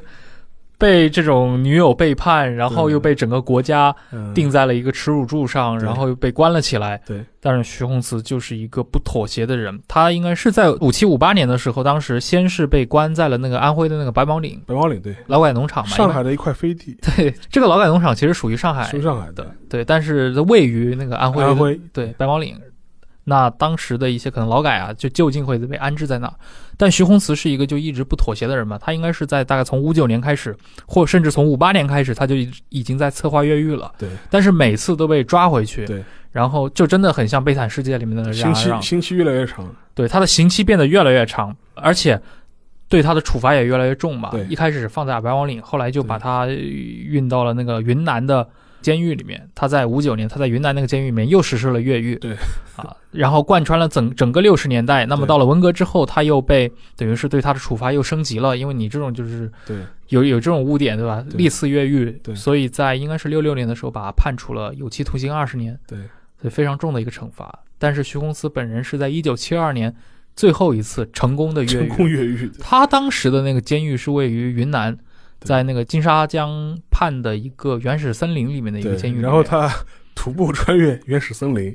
被这种女友背叛，然后对又被整个国家嗯定在了一个耻辱柱上，对然后又被关了起来。对，但是徐宏慈就是一个不妥协的人，他应该是在五七五八年的时候，当时先是被关在了那个安徽的那个白毛岭白毛岭，对，劳改农场嘛，因上为海的一块飞地，对，这个劳改农场其实属于上海是上海的的，对，但是位于那个安徽的安徽，对白毛岭。那当时的一些可能劳改啊，就就近会被安置在那儿。但徐宏慈是一个就一直不妥协的人嘛，他应该是在大概从五九年开始，或甚至从五八年开始，他就已已经在策划越狱了。对，但是每次都被抓回去。对，然后就真的很像《悲惨世界》里面的冉刑阿期让，刑期越来越长，对他的刑期变得越来越长，而且对他的处罚也越来越重嘛对。一开始是放在白王岭，后来就把对他呃运到了那个云南的监狱里面。他在五九年，他在云南那个监狱里面又实施了越狱，对啊，然后贯穿了整整个六十年代。那么对到了文革之后，他又被等于是对他的处罚又升级了，因为你这种就是对，有有这种污点，对吧？对历次越狱，对所以在应该是六六年的时候，把他判处了有期徒刑二十年，对，所以非常重的一个惩罚。但是徐公司本人是在一九七二年最后一次成功的越成狱，功越狱，他当时的那个监狱是位于云南，对在那个金沙江畔的一个原始森林里面的一个对监狱里，面，然后他徒步穿越原始森林，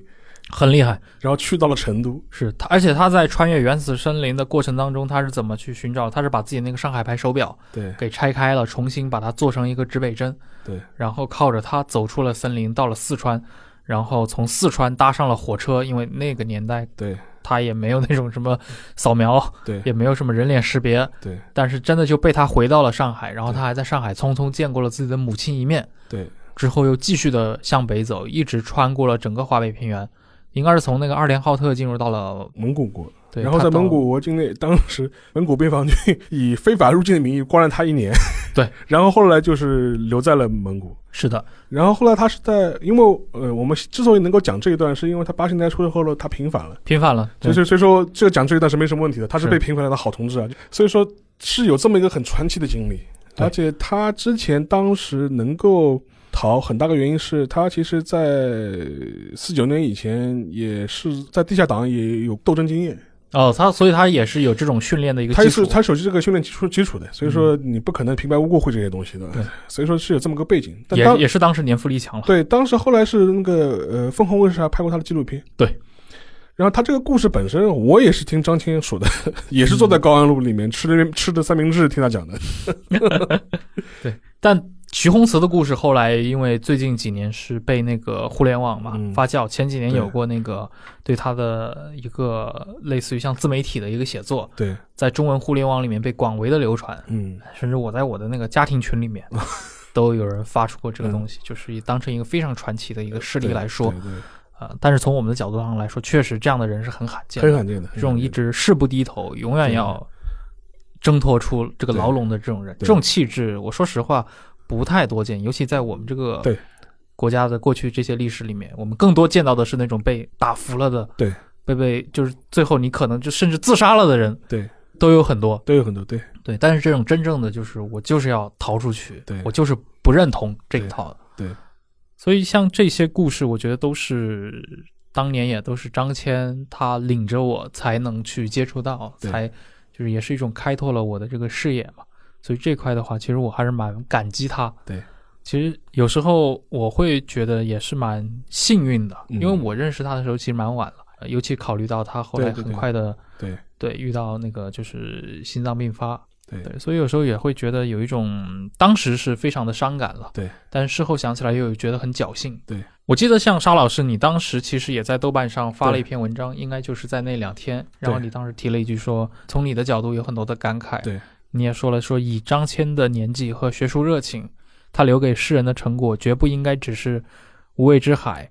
很厉害，然后去到了成都，是他，而且他在穿越原始森林的过程当中，他是怎么去寻找？他是把自己那个上海牌手表对给拆开了，重新把它做成一个指北针。对，然后靠着它走出了森林，到了四川，然后从四川搭上了火车，因为那个年代对他也没有那种什么扫描，对也没有什么人脸识别，对但是真的就被他回到了上海，然后对他还在上海匆匆见过了自己的母亲一面，对，之后又继续的向北走，一直穿过了整个华北平原，应该是从那个二连浩特进入到了，蒙古国，对，然后他在到蒙古国境内，当时蒙古边防军以非法入境的名义关了他一年，对， 然后后来就是留在了蒙古。是的，然后后来他是在，因为呃，我们之所以能够讲这一段，是因为他八十年代初后了，他平反了，频繁了，所以说所以说这个讲这一段是没什么问题的，他是是被平反来的好同志啊，所以说是有这么一个很传奇的经历，对而且他之前当时能够逃，很大个原因是他其实在四九年以前也是在地下党也有斗争经验，哦，他所以他也是有这种训练的一个他基也础嗯是，他手机这个训练基础基础的，所以说你不可能平白无故会这些东西的，对，所以说是有这么个背景，但也当也是当时年富力强了，对，当时后来是那个呃，凤凰卫视还拍过他的纪录片。对。然后他这个故事本身，我也是听张青说的， 也是坐在高安路里面吃的吃的三明治，听他讲的。嗯但徐宏慈的故事后来因为最近几年是被那个互联网嘛、嗯发酵，前几年对有过那个对他的一个类似于像自媒体的一个写作，对，在中文互联网里面被广为的流传，嗯，甚至我在我的那个家庭群里 面都有人发出过这个东西，就是当成一个非常传奇的一个事例嗯对来说对啊、呃但是从我们的角度上来说，确实这样的人是很罕对见的很，罕见的，这种一直誓不低头，永远对要挣脱出这个对牢笼的这种人，对这种气质，我说实话不太多见，尤其在我们这个对国家的过去这些历史里面，我们更多见到的是那种被打服了的，对，被被就是最后你可能就甚至自杀了的人，对，都有很多，都有很多对对，但是这种真正的就是我就是要逃出去，对我就是不认同这一套的，对对所以像这些故事，我觉得都是当年也都是张骞他领着我才能去接触到，对才就是也是一种开拓了我的这个视野嘛。所以这块的话，其实我还是蛮感激他。对，其实有时候我会觉得也是蛮幸运的，嗯因为我认识他的时候其实蛮晚了，呃尤其考虑到他后来对对很对快的对对遇到那个就是心脏病发，对对，所以有时候也会觉得有一种当时是非常的伤感了，对，但事后想起来又有觉得很侥幸。对，我记得像沙老师，你当时其实也在豆瓣上发了对一篇文章，应该就是在那两天，然后对你当时提了一句说，从你的角度有很多的感慨，对，你也说了说以张骞的年纪和学术热情，他留给世人的成果绝不应该只是无畏之海、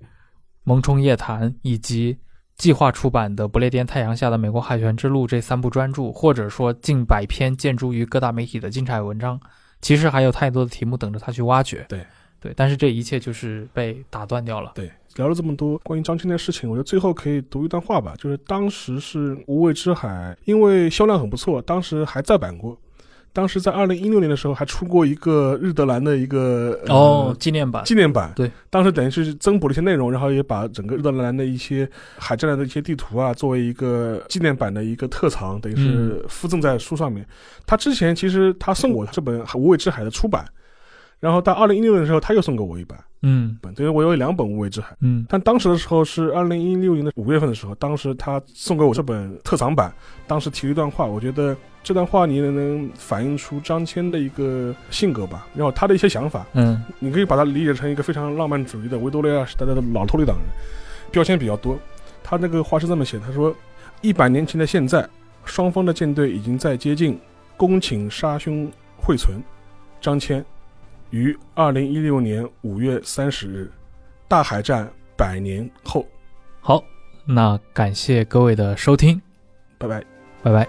萌宠夜谈以及计划出版的《不列颠太阳下的美国海权之路》这三部专著，或者说近百篇建诸于各大媒体的精彩文章，其实还有太多的题目等着他去挖掘。对对，但是这一切就是被打断掉了。对，聊了这么多关于张骞的事情，我觉得最后可以读一段话吧。就是当时是《无畏之海》，因为销量很不错，当时还再版过。当时在二零一六年的时候，还出过一个日德兰的一个、呃、哦，纪念版。纪念版。对，当时等于是增补了一些内容，然后也把整个日德兰的一些海战的一些地图啊，作为一个纪念版的一个特藏，等于是附赠在书上面。他之前其实他送过我这本《无畏之海》的出版，然后到二零一六年的时候，他又送给我一版，嗯本等于我有两本《无畏之海》。嗯但当时的时候是二零一六年的五月份的时候，当时他送给我这本特藏版，当时提了一段话，我觉得这段话你能反映出张骞的一个性格吧，然后他的一些想法，嗯你可以把它理解成一个非常浪漫主义的维多利亚时代的老托利党人，标签比较多。他那个话是这么写，他说：一百年前的现在，双方的舰队已经在接近，恭请杀兄会存。张骞于二零一六年五月三十日，大海战百年后，好，那感谢各位的收听，拜拜。拜拜。